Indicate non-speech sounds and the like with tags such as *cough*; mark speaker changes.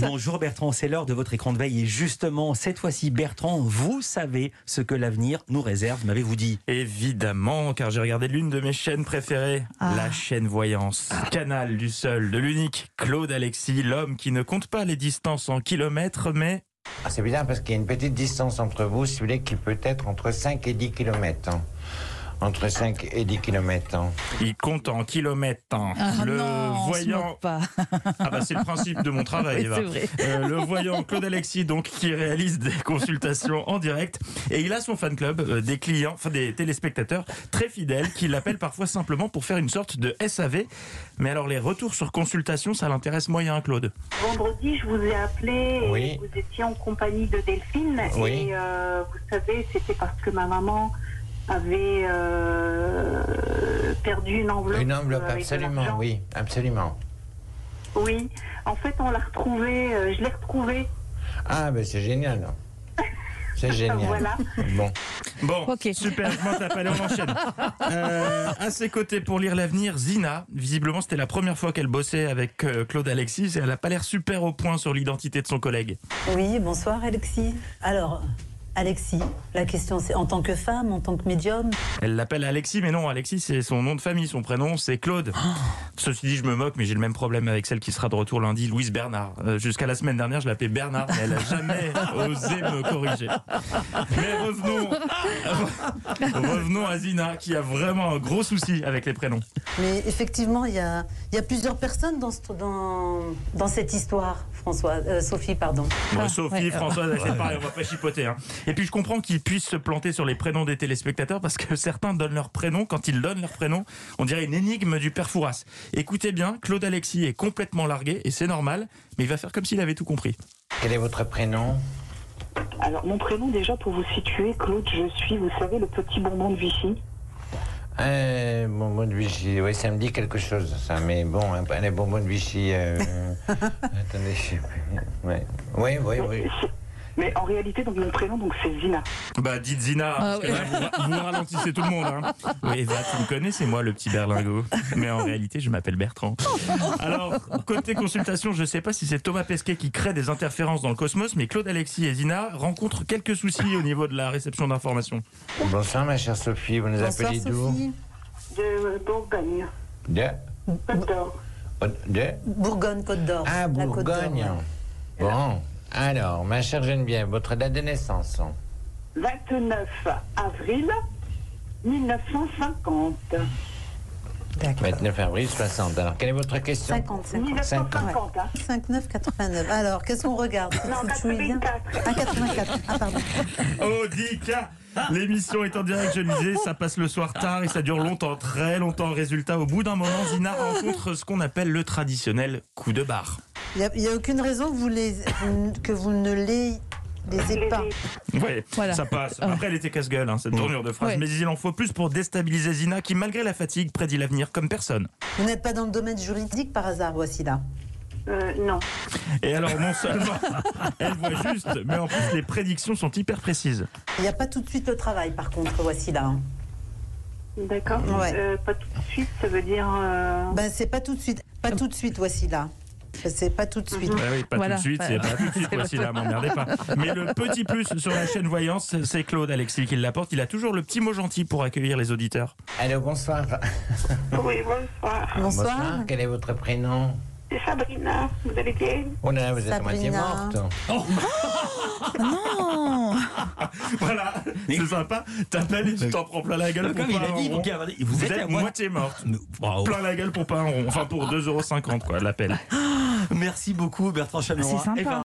Speaker 1: Bonjour Bertrand, c'est l'heure de votre écran de veille. Et justement, cette fois-ci, Bertrand, vous savez ce que l'avenir nous réserve, m'avez-vous dit
Speaker 2: Évidemment, car j'ai regardé l'une de mes chaînes préférées,
Speaker 3: Ah.
Speaker 2: la chaîne Voyance. Canal du seul, de l'unique, Claude Alexis, l'homme qui ne compte pas les distances en kilomètres, mais
Speaker 4: Ah, c'est bizarre parce qu'il y a une petite distance entre vous, si vous voulez, qui peut être entre 5 et 10 km. Entre 5 et hein. 10 km.
Speaker 2: il compte en kilomètres.
Speaker 3: Ah
Speaker 2: le
Speaker 3: non, on se
Speaker 2: voyant.
Speaker 3: moque pas.
Speaker 2: Ah bah c'est le principe
Speaker 3: *laughs*
Speaker 2: de mon travail.
Speaker 3: Oui,
Speaker 2: Eva.
Speaker 3: c'est vrai.
Speaker 2: Euh, le voyant Claude Alexis, donc, qui réalise des *laughs* consultations en direct. Et il a son fan club, euh, des clients, enfin des téléspectateurs très fidèles qui l'appellent parfois simplement pour faire une sorte de SAV. Mais alors, les retours sur consultation, ça l'intéresse moyen, Claude.
Speaker 5: Vendredi, je vous ai appelé et
Speaker 4: Oui.
Speaker 5: vous étiez en compagnie de Delphine.
Speaker 4: Oui.
Speaker 5: Et euh, vous savez, c'était parce que ma maman avait euh, perdu une enveloppe. euh,
Speaker 4: Une enveloppe,
Speaker 5: avec de
Speaker 4: absolument,
Speaker 5: l'argent.
Speaker 4: oui, absolument.
Speaker 5: Oui. En fait, on l'a retrouvée, euh, je l'ai retrouvée.
Speaker 4: Ah, ben c'est génial. hein. C'est génial.
Speaker 5: Voilà.
Speaker 4: Bon.
Speaker 2: Bon,
Speaker 3: Ok.
Speaker 2: super, je m'en tape, allez, on enchaîne. Euh, à ses côtés pour lire l'avenir, Zina. Visiblement, c'était la première fois qu'elle bossait avec euh, Claude Alexis et elle n'a pas l'air super au point sur l'identité de son collègue.
Speaker 6: Oui, bonsoir Alexis. Alors, Alexis, la question c'est en tant que femme, en tant que médium,
Speaker 2: Elle l'appelle Alexis, mais non, Alexis, c'est son nom de famille, son prénom, c'est Claude. Ceci dit, je me moque, mais j'ai le même problème avec celle qui sera de retour lundi, Louise Bernard. Euh, Jusqu'à la semaine dernière, je l'appelais Bernard, mais elle n'a jamais osé me corriger. Mais revenons, revenons à Zina, qui a vraiment un gros souci avec les prénoms.
Speaker 6: mais effectivement, il y a, il y a plusieurs personnes dans, ce- dans, dans cette histoire, François, euh, Sophie, pardon.
Speaker 2: Bon,
Speaker 3: Ah,
Speaker 2: Sophie,
Speaker 3: ouais.
Speaker 2: Françoise, c'est pareil, on va pas chipoter. hein. Et puis je comprends qu'ils puissent se planter sur les prénoms des téléspectateurs parce que certains donnent leur prénom. Quand ils donnent leur prénom, on dirait une énigme du père Fouras. Écoutez bien, Claude Alexis est complètement largué et c'est normal, mais il va faire comme s'il avait tout compris.
Speaker 4: Quel est votre prénom
Speaker 5: Alors, mon prénom, déjà, pour vous situer, Claude, je suis, vous savez, le petit bonbon de Vichy.
Speaker 4: euh, Bonbon de Vichy. Oui, ça me dit quelque chose, ça. Mais bon, hein, les bonbons de Vichy. euh, attendez, je sais plus. Ouais. Oui, oui, Eh
Speaker 5: *laughs*
Speaker 4: oui.
Speaker 5: Mais en réalité, donc, mon prénom, donc, c'est Zina.
Speaker 2: Bah dites Zina, parce que
Speaker 3: oui.
Speaker 2: là, vous, ra- vous ralentissez tout le monde. hein. Oui, Eva, tu me connais, c'est moi le petit berlingot. Mais en réalité, je m'appelle Bertrand. Alors, côté consultation, je sais pas si c'est Thomas Pesquet qui crée des interférences dans le cosmos, mais Claude Alexis et Zina rencontrent quelques soucis au niveau de la réception d'informations.
Speaker 4: Bonsoir, ma chère Sophie. Vous nous
Speaker 6: Bonsoir
Speaker 4: appelez d'où
Speaker 6: Sophie.
Speaker 5: De Bourgogne,
Speaker 4: De oh,
Speaker 5: Côte d'Or.
Speaker 4: De
Speaker 6: Bourgogne-Côte d'Or.
Speaker 4: Ah,
Speaker 6: la Côte d'Or,
Speaker 4: Bourgogne.
Speaker 6: ouais.
Speaker 4: Bon, alors, ma chère Geneviève, votre date de naissance hein,
Speaker 5: 29 avril 1950.
Speaker 6: D'accord.
Speaker 4: 29 avril 60. Alors, quelle est votre question
Speaker 6: 50, 50.
Speaker 5: 1950, hein.
Speaker 6: 59, 89. Alors, qu'est-ce qu'on regarde
Speaker 5: Non,
Speaker 6: Tu suis bien
Speaker 5: 84.
Speaker 6: Ah, 84. Ah, pardon.
Speaker 2: Odika Oh, L'émission est en direct, je le disais, ça passe le soir tard et ça dure longtemps, très longtemps. Résultat, au bout d'un moment, Zina rencontre ce qu'on appelle le traditionnel coup de barre.
Speaker 6: Il n'y a, aucune raison que vous, les, que vous ne les, les ayez pas.
Speaker 2: Ouais,
Speaker 3: Voilà.
Speaker 2: ça passe. Après, elle était casse-gueule, hein, cette tournure de phrase.
Speaker 3: Ouais.
Speaker 2: Mais il en faut plus pour déstabiliser Zina, qui, malgré la fatigue, prédit l'avenir comme personne.
Speaker 6: Vous n'êtes pas dans le domaine juridique par hasard, voici là.
Speaker 5: Euh, non.
Speaker 2: Et alors, non *laughs* seulement elle voit juste, mais en plus, les prédictions sont hyper précises.
Speaker 6: Il n'y a pas tout de suite le travail, par contre, voici là. hein.
Speaker 5: D'accord.
Speaker 6: Ouais.
Speaker 5: Euh, pas tout de suite, ça veut dire. euh,
Speaker 6: Ben, c'est pas tout de suite. Pas tout de suite, voici là. C'est pas tout de suite.
Speaker 2: Ouais, oui, pas
Speaker 3: Voilà.
Speaker 2: tout de suite, *laughs* c'est pas tout de suite, voici là, m'emmerdez pas. Mais le petit plus sur la chaîne Voyance, c'est Claude Alexis qui l'apporte. Il a toujours le petit mot gentil pour accueillir les auditeurs. *laughs*
Speaker 4: Allô, bonsoir.
Speaker 5: Oui, bonsoir.
Speaker 6: Bonsoir.
Speaker 4: Quel est votre prénom
Speaker 5: C'est Sabrina, vous allez bien
Speaker 4: Oh là là, vous êtes à moitié
Speaker 6: Sabrina.
Speaker 4: morte.
Speaker 3: Non
Speaker 2: Voilà, c'est sympa. T'appelles et tu t'en prends plein la gueule pour
Speaker 1: Comme
Speaker 2: pas
Speaker 1: il a
Speaker 2: un
Speaker 1: dit,
Speaker 2: rond.
Speaker 1: donc, regardez,
Speaker 2: Vous,
Speaker 1: vous êtes à
Speaker 2: êtes
Speaker 1: moi.
Speaker 2: moitié morte.
Speaker 1: Bravo.
Speaker 2: Plein la gueule pour pas un rond. Enfin, pour 2,50€ quoi, l'appel.
Speaker 1: Merci beaucoup Bertrand Chameroy.
Speaker 3: Ah, C'est sympa. hein.
Speaker 1: Eva